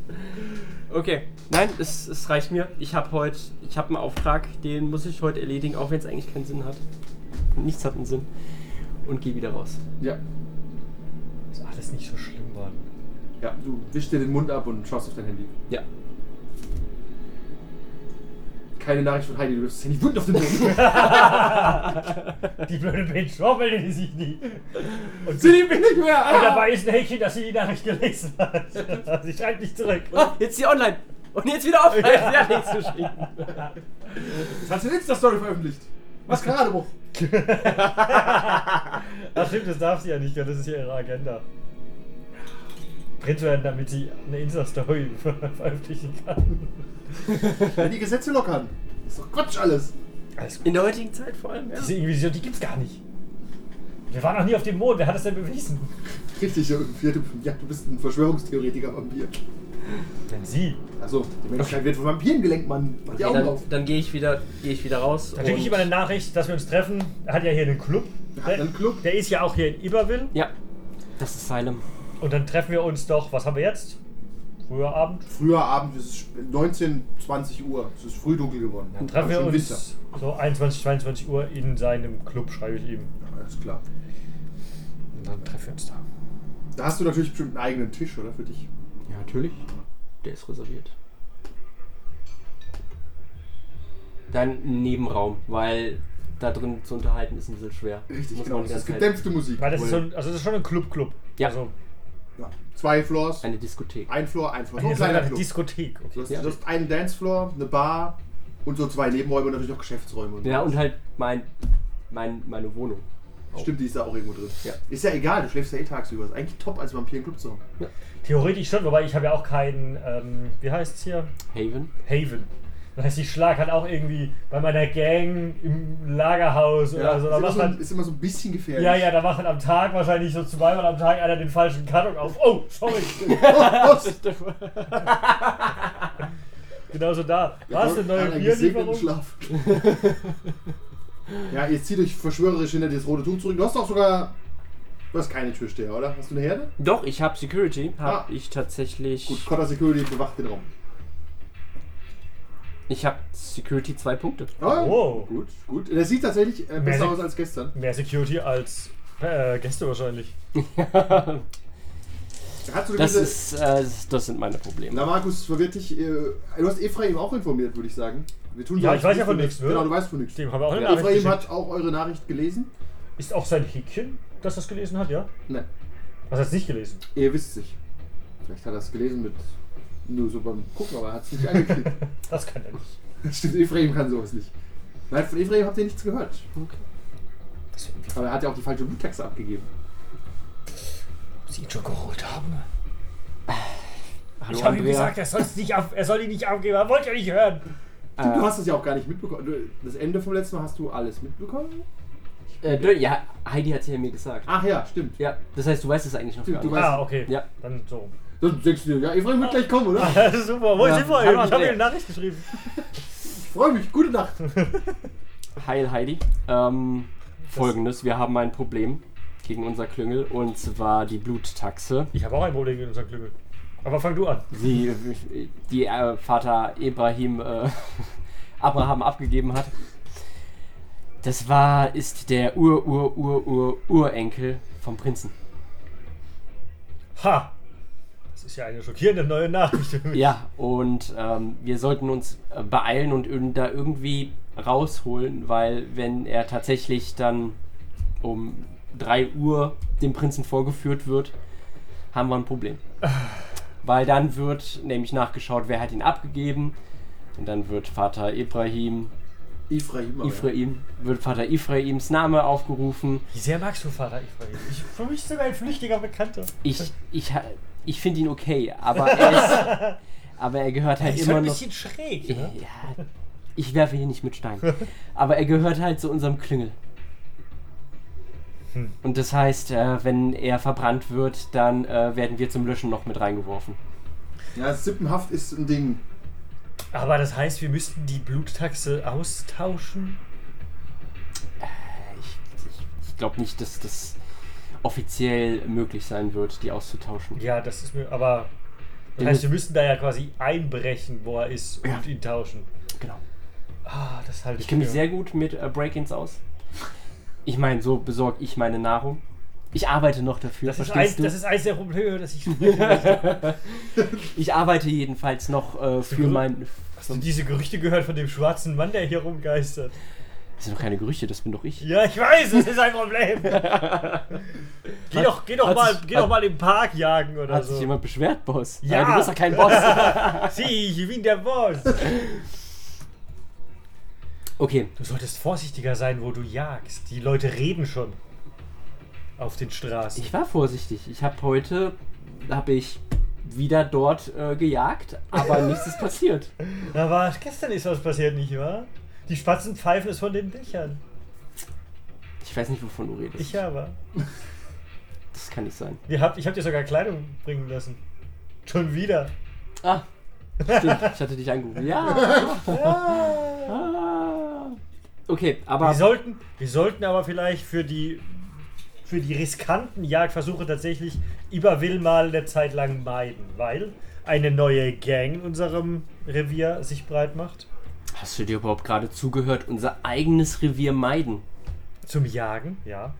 [SPEAKER 3] Okay, nein, es, es reicht mir. Ich habe heute, ich habe einen Auftrag, den muss ich heute erledigen, auch wenn es eigentlich keinen Sinn hat. Nichts hat einen Sinn. Und gehe wieder raus.
[SPEAKER 2] Ja,
[SPEAKER 4] Ist alles nicht so schlimm, Mann.
[SPEAKER 2] ja, du wischst dir den Mund ab und schaust auf dein Handy.
[SPEAKER 3] Ja.
[SPEAKER 2] Keine Nachricht von Heidi, du wirst das Handy wund auf den Boden.
[SPEAKER 4] Die blöde Bitch schaufelte sich nie. Und
[SPEAKER 2] Sie liebt mich nicht mehr!
[SPEAKER 4] Und
[SPEAKER 2] Ah!
[SPEAKER 4] dabei ist ein Häkchen, dass sie die Nachricht gelesen hat. sie schreibt nicht zurück.
[SPEAKER 3] Ah, jetzt die online. Und jetzt wieder offline. Ja, nichts zu schicken.
[SPEAKER 2] Das hat sie in Insta-Story veröffentlicht. Was gerade, Bruch?
[SPEAKER 4] Ach stimmt, das darf sie ja nicht, ja, das ist ja ihre Agenda. Print werden, damit sie eine Insta-Story veröffentlichen kann.
[SPEAKER 2] Wenn die Gesetze lockern. Ist doch Quatsch alles.
[SPEAKER 4] Alles gut.
[SPEAKER 3] In der heutigen Zeit vor allem, ja.
[SPEAKER 4] Diese Inquisition, die gibt's gar nicht. Wir waren noch nie auf dem Mond, wer hat das denn bewiesen?
[SPEAKER 2] Richtig, ja, du, ja, du bist ein Verschwörungstheoretiker Vampir.
[SPEAKER 4] Denn sie.
[SPEAKER 2] Also, die Menschheit wird von Vampiren gelenkt, Mann. Mach die Augen
[SPEAKER 3] Okay, dann
[SPEAKER 2] um auf.
[SPEAKER 3] dann gehe ich wieder, gehe ich wieder raus.
[SPEAKER 4] Dann schicke ich
[SPEAKER 3] und-
[SPEAKER 4] ihm eine Nachricht, dass wir uns treffen. Er hat ja hier einen Club.
[SPEAKER 2] Er hat einen Club.
[SPEAKER 4] Der ist ja auch hier in Iberville.
[SPEAKER 3] Ja, das ist Salem.
[SPEAKER 4] Und dann treffen wir uns doch, was haben wir jetzt? Früher Abend.
[SPEAKER 2] Früher Abend, es ist 19, 20 Uhr. Es ist früh dunkel geworden.
[SPEAKER 4] Dann treffen wir
[SPEAKER 2] Schon
[SPEAKER 4] uns
[SPEAKER 2] Winter.
[SPEAKER 4] so 21, 22 Uhr in seinem Club, schreibe ich ihm.
[SPEAKER 2] Ja, Alles klar.
[SPEAKER 4] Und dann treffen wir uns da.
[SPEAKER 2] Da hast du natürlich bestimmt einen eigenen Tisch, oder? Für dich.
[SPEAKER 3] Ja, natürlich. Der ist reserviert. Dann Nebenraum, weil da drin zu unterhalten ist ein bisschen schwer.
[SPEAKER 2] Richtig,
[SPEAKER 3] Muss
[SPEAKER 2] genau.
[SPEAKER 3] man halt die
[SPEAKER 2] Das ist
[SPEAKER 3] ganze Zeit
[SPEAKER 2] gedämpfte Musik.
[SPEAKER 4] Weil das ist, so
[SPEAKER 2] Wohl.
[SPEAKER 4] ein, also das ist schon ein Club-Club.
[SPEAKER 3] Ja.
[SPEAKER 4] Also
[SPEAKER 2] ja. Zwei Floors,
[SPEAKER 3] eine Diskothek.
[SPEAKER 2] ein Floor, ein Floor. So
[SPEAKER 4] eine
[SPEAKER 2] ein kleiner
[SPEAKER 4] sogenannte
[SPEAKER 2] Club.
[SPEAKER 4] Diskothek.
[SPEAKER 2] Du
[SPEAKER 4] Okay.
[SPEAKER 2] hast,
[SPEAKER 3] Ja.
[SPEAKER 2] du hast einen Dancefloor, eine Bar und so zwei Nebenräume und natürlich auch Geschäftsräume. Und
[SPEAKER 3] Ja, und halt mein, mein, meine Wohnung.
[SPEAKER 2] Stimmt, die ist da auch irgendwo drin.
[SPEAKER 3] Ja.
[SPEAKER 2] Ist ja egal, du schläfst ja eh tagsüber. Ist eigentlich top, als Vampir einen Club zu haben.
[SPEAKER 4] Theoretisch schon, wobei ich habe ja auch keinen, ähm, wie heißt es hier?
[SPEAKER 3] Haven.
[SPEAKER 4] Haven. Das heißt, ich schlag halt auch irgendwie bei meiner Gang im Lagerhaus oder so.
[SPEAKER 2] ist,
[SPEAKER 4] Da
[SPEAKER 2] immer
[SPEAKER 4] macht
[SPEAKER 2] so ein,
[SPEAKER 4] man,
[SPEAKER 2] ist immer so ein bisschen gefährlich.
[SPEAKER 4] halt ja, ja, da macht man am Tag wahrscheinlich so zweimal am Tag einer den falschen Karton auf. Oh, sorry.
[SPEAKER 2] Oh, Prost.
[SPEAKER 4] Genauso da.
[SPEAKER 2] Wir
[SPEAKER 4] Was, eine
[SPEAKER 2] brauchen
[SPEAKER 4] neue
[SPEAKER 2] einen gesegneten
[SPEAKER 4] Bierlieferung?
[SPEAKER 2] Schlaf. ja, ihr zieht euch verschwörerisch hinter das rote Tuch zurück. Du hast doch sogar. Du hast keine Türsteher, oder? Hast du eine Herde?
[SPEAKER 3] Doch, ich habe Security. Habe
[SPEAKER 2] Ah.
[SPEAKER 3] ich tatsächlich.
[SPEAKER 2] Gut, Cotter Security bewacht den Raum.
[SPEAKER 3] Ich habe Security zwei Punkte.
[SPEAKER 2] Ah,
[SPEAKER 4] Wow.
[SPEAKER 2] Gut, gut. Der sieht tatsächlich äh, besser
[SPEAKER 4] Oh. Medic.
[SPEAKER 2] aus als gestern.
[SPEAKER 4] Mehr Security als äh, Gäste wahrscheinlich.
[SPEAKER 2] Er hat so
[SPEAKER 3] Das
[SPEAKER 2] gewisse-
[SPEAKER 3] ist, äh, das sind meine Probleme.
[SPEAKER 2] Na, Markus, verwirrt dich. Äh, du hast Ephraim auch informiert, würde ich sagen. Wir tun so,
[SPEAKER 4] Ja,
[SPEAKER 2] als
[SPEAKER 4] ich weiß ja
[SPEAKER 2] wüssten
[SPEAKER 4] von
[SPEAKER 2] wir-
[SPEAKER 4] nichts, ne?
[SPEAKER 2] Genau, du weißt von nichts.
[SPEAKER 4] Dem haben wir auch eine Nachricht
[SPEAKER 2] Ephraim
[SPEAKER 4] geschickt.
[SPEAKER 2] hat auch eure Nachricht gelesen.
[SPEAKER 4] Ist auch sein Häkchen, dass das gelesen hat, ja?
[SPEAKER 2] Nein,
[SPEAKER 4] Was hat es nicht gelesen?
[SPEAKER 2] ihr wisst sich. Vielleicht hat er es gelesen mit. Nur so beim Gucken, aber er hat es nicht angeklickt.
[SPEAKER 4] Das kann er nicht.
[SPEAKER 2] Stimmt, Ephraim kann sowas nicht. Nein, von Ephraim habt ihr nichts gehört.
[SPEAKER 3] Okay.
[SPEAKER 2] Aber er hat ja auch die falsche Bluttaxe abgegeben.
[SPEAKER 4] Sie ihn schon geholt haben.
[SPEAKER 3] Hallo,
[SPEAKER 4] Ich habe ihm
[SPEAKER 3] Andrea.
[SPEAKER 4] gesagt, er, soll's nicht auf, er soll ihn nicht aufgeben. Er wollte ja nicht hören.
[SPEAKER 2] Du
[SPEAKER 3] Äh,
[SPEAKER 2] hast es ja auch gar nicht mitbekommen. Du- Das Ende vom letzten Mal hast du alles mitbekommen?
[SPEAKER 3] äh, Dö- ja, Heidi hat ja mir gesagt.
[SPEAKER 2] Ach ja, stimmt.
[SPEAKER 3] Ja, das heißt, du weißt es eigentlich noch
[SPEAKER 2] Stimmt,
[SPEAKER 3] gar
[SPEAKER 2] du
[SPEAKER 3] nicht.
[SPEAKER 2] weißt-
[SPEAKER 4] Ah, okay.
[SPEAKER 3] Ja.
[SPEAKER 4] Dann so.
[SPEAKER 2] Dann denkst du dir, ja, Ephraim wird gleich kommen, oder?
[SPEAKER 4] Super. Wo ist
[SPEAKER 3] Ja.
[SPEAKER 4] sie vorhin? Ich
[SPEAKER 3] Hallo,
[SPEAKER 4] habe ihm
[SPEAKER 3] Andrea.
[SPEAKER 4] eine Nachricht geschrieben.
[SPEAKER 2] Ich freue mich. Gute Nacht.
[SPEAKER 3] Heil Heidi. Ähm, Folgendes, wir haben ein Problem gegen unser Klüngel und zwar die Bluttaxe.
[SPEAKER 4] Ich habe auch ein Problem mit unserem Klüngel. Aber fang du an.
[SPEAKER 3] die, die äh, Vater Ibrahim äh, Abraham abgegeben hat. Das war, ist der Ur, Ur, Ur, Ur, Urenkel vom Prinzen.
[SPEAKER 4] Ha! Das ist ja eine schockierende neue Nachricht für mich.
[SPEAKER 3] Ja, und ähm, wir sollten uns äh, beeilen und ihn da irgendwie rausholen, weil wenn er tatsächlich dann um 3 Uhr dem Prinzen vorgeführt wird, haben wir ein Problem. Weil dann wird nämlich nachgeschaut, wer hat ihn abgegeben. Und dann wird Vater Ibrahim
[SPEAKER 2] Ephraim, aber Oh ja.
[SPEAKER 3] Ephraim, wird Vater Ephraims Name aufgerufen.
[SPEAKER 4] Wie sehr magst du Vater Ephraim? Ich, für mich sogar ein flüchtiger Bekannter.
[SPEAKER 3] Ich, ich, ha- ich finde ihn okay, aber er, ist, aber er gehört halt
[SPEAKER 4] ist
[SPEAKER 3] immer
[SPEAKER 4] schon ein
[SPEAKER 3] noch.
[SPEAKER 4] bisschen schräg,
[SPEAKER 3] Ja,
[SPEAKER 4] ne?
[SPEAKER 3] ich werfe hier nicht mit Stein. Aber er gehört halt zu unserem Klüngel.
[SPEAKER 4] Hm.
[SPEAKER 3] Und das heißt, äh, wenn er verbrannt wird, dann äh, werden wir zum Löschen noch mit reingeworfen.
[SPEAKER 2] ja, Sippenhaft ist ein Ding.
[SPEAKER 4] Aber das heißt, wir müssten die Bluttaxe austauschen?
[SPEAKER 3] Ich, ich, ich glaube nicht, dass das offiziell möglich sein wird, die auszutauschen.
[SPEAKER 4] Ja, das ist mir. Aber. Das
[SPEAKER 3] Ja,
[SPEAKER 4] heißt,
[SPEAKER 3] wir-
[SPEAKER 4] wir müssten da ja quasi einbrechen, wo er ist,
[SPEAKER 3] Ja.
[SPEAKER 4] und ihn tauschen.
[SPEAKER 3] Genau.
[SPEAKER 4] Ah, das halte ich.
[SPEAKER 3] Ich kenne mich
[SPEAKER 4] für-
[SPEAKER 3] sehr gut mit äh, Break-ins aus. Ich meine, so besorge ich meine Nahrung. Ich arbeite noch dafür,
[SPEAKER 4] Das ist, eins,
[SPEAKER 3] verstehst
[SPEAKER 4] das
[SPEAKER 3] du?
[SPEAKER 4] ist eins der Probleme, das ich spreche.
[SPEAKER 3] ich arbeite jedenfalls noch äh, für
[SPEAKER 4] gut?
[SPEAKER 3] mein.
[SPEAKER 4] Hast du diese Gerüchte gehört von dem schwarzen Mann, der hier rumgeistert?
[SPEAKER 3] Das sind doch keine Gerüchte, das bin doch ich.
[SPEAKER 4] Ja, ich weiß, das ist ein Problem. geh doch, geh doch,
[SPEAKER 3] hat
[SPEAKER 4] mal,
[SPEAKER 3] sich-
[SPEAKER 4] geh doch
[SPEAKER 3] hat-
[SPEAKER 4] mal im Park jagen oder
[SPEAKER 3] Hat
[SPEAKER 4] so.
[SPEAKER 3] sich jemand beschwert, Boss?
[SPEAKER 4] Ja.
[SPEAKER 3] Aber du bist doch kein Boss.
[SPEAKER 4] Sieh, ich bin der Boss. Du
[SPEAKER 3] Okay,
[SPEAKER 4] solltest vorsichtiger sein, wo du jagst. Die Leute reden schon. Auf den Straßen.
[SPEAKER 3] ich war vorsichtig. Ich habe heute, habe ich wieder dort äh, gejagt, aber nichts ist passiert.
[SPEAKER 4] Da war gestern ist was passiert, nicht wahr? Die Spatzen pfeifen es von den Dächern.
[SPEAKER 3] Ich weiß nicht, wovon du redest.
[SPEAKER 4] Ich aber.
[SPEAKER 3] das kann nicht sein.
[SPEAKER 4] Wir hab, ich hab dir sogar Kleidung bringen lassen. Schon wieder.
[SPEAKER 3] Ah, stimmt. ich hatte dich angerufen. Ja. Ah. Okay, aber.
[SPEAKER 4] Wir sollten, wir sollten aber vielleicht für die, für die riskanten Jagdversuche tatsächlich Iberwill mal eine Zeit lang meiden, weil eine neue Gang in unserem Revier sich breit macht.
[SPEAKER 3] Hast du dir überhaupt gerade zugehört? Unser eigenes Revier meiden.
[SPEAKER 4] Zum Jagen, ja.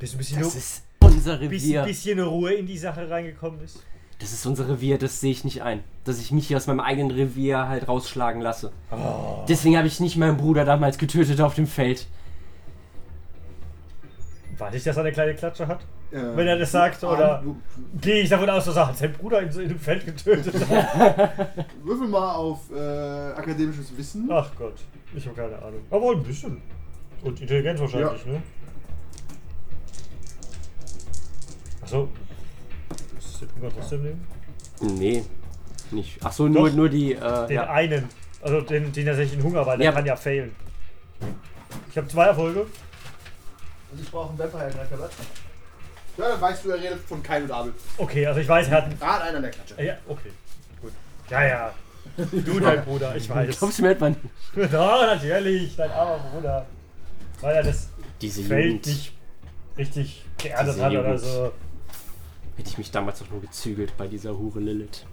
[SPEAKER 4] Bis ein bisschen,
[SPEAKER 3] Das
[SPEAKER 4] Ru-
[SPEAKER 3] ist unser
[SPEAKER 4] bis,
[SPEAKER 3] Revier.
[SPEAKER 4] bisschen Ruhe in die Sache reingekommen ist.
[SPEAKER 3] Das ist unser Revier, das sehe ich nicht ein. Dass ich mich hier aus meinem eigenen Revier halt rausschlagen lasse.
[SPEAKER 4] Oh.
[SPEAKER 3] Deswegen habe ich nicht meinen Bruder damals getötet auf dem Feld.
[SPEAKER 4] Warte ich, dass er eine kleine Klatsche hat?
[SPEAKER 2] Äh,
[SPEAKER 4] Wenn er das sagt,
[SPEAKER 2] ah,
[SPEAKER 4] oder-
[SPEAKER 2] w-
[SPEAKER 4] Gehe ich davon aus, dass er hat seinen Bruder in, in dem Feld getötet.
[SPEAKER 2] Würfel mal auf äh, akademisches Wissen.
[SPEAKER 4] Ach Gott, ich habe keine Ahnung. Aber ein bisschen. Und Intelligenz wahrscheinlich, ne? Achso. Das können wir trotzdem nehmen.
[SPEAKER 3] Nee, nicht. Ach so, nur,
[SPEAKER 4] Doch.
[SPEAKER 3] nur die.
[SPEAKER 4] Den
[SPEAKER 3] Äh, ja.
[SPEAKER 4] einen. Also den, den tatsächlichen Hunger, weil der
[SPEAKER 3] Ja.
[SPEAKER 4] kann ja failen. Ich habe zwei Erfolge.
[SPEAKER 2] Und ich brauche einen Vampire-Angreifer, was? Ja, dann weißt du, er redet von Kain und Abel.
[SPEAKER 4] Okay, also ich weiß, er hat.
[SPEAKER 2] Gerade einer der Klatsche.
[SPEAKER 4] Ja, okay. Gut. Ja, ja. Du, dein Bruder, ich weiß.
[SPEAKER 3] Kommst du mir etwa nicht?
[SPEAKER 4] Ja, natürlich, dein armer Bruder. Weil er das
[SPEAKER 3] Diese
[SPEAKER 4] Feld
[SPEAKER 3] Jugend.
[SPEAKER 4] nicht richtig geerdet
[SPEAKER 3] Diese
[SPEAKER 4] hat oder
[SPEAKER 3] Jugend.
[SPEAKER 4] so.
[SPEAKER 3] Hätte ich mich damals doch nur gezügelt bei dieser Hure Lilith.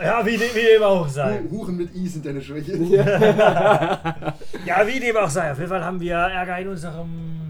[SPEAKER 4] Ja, wie, de- wie dem auch sei.
[SPEAKER 2] Hu- Huren mit I sind deine Schwäche.
[SPEAKER 4] Ja, wie dem auch sei. Auf jeden Fall haben wir Ärger in unserem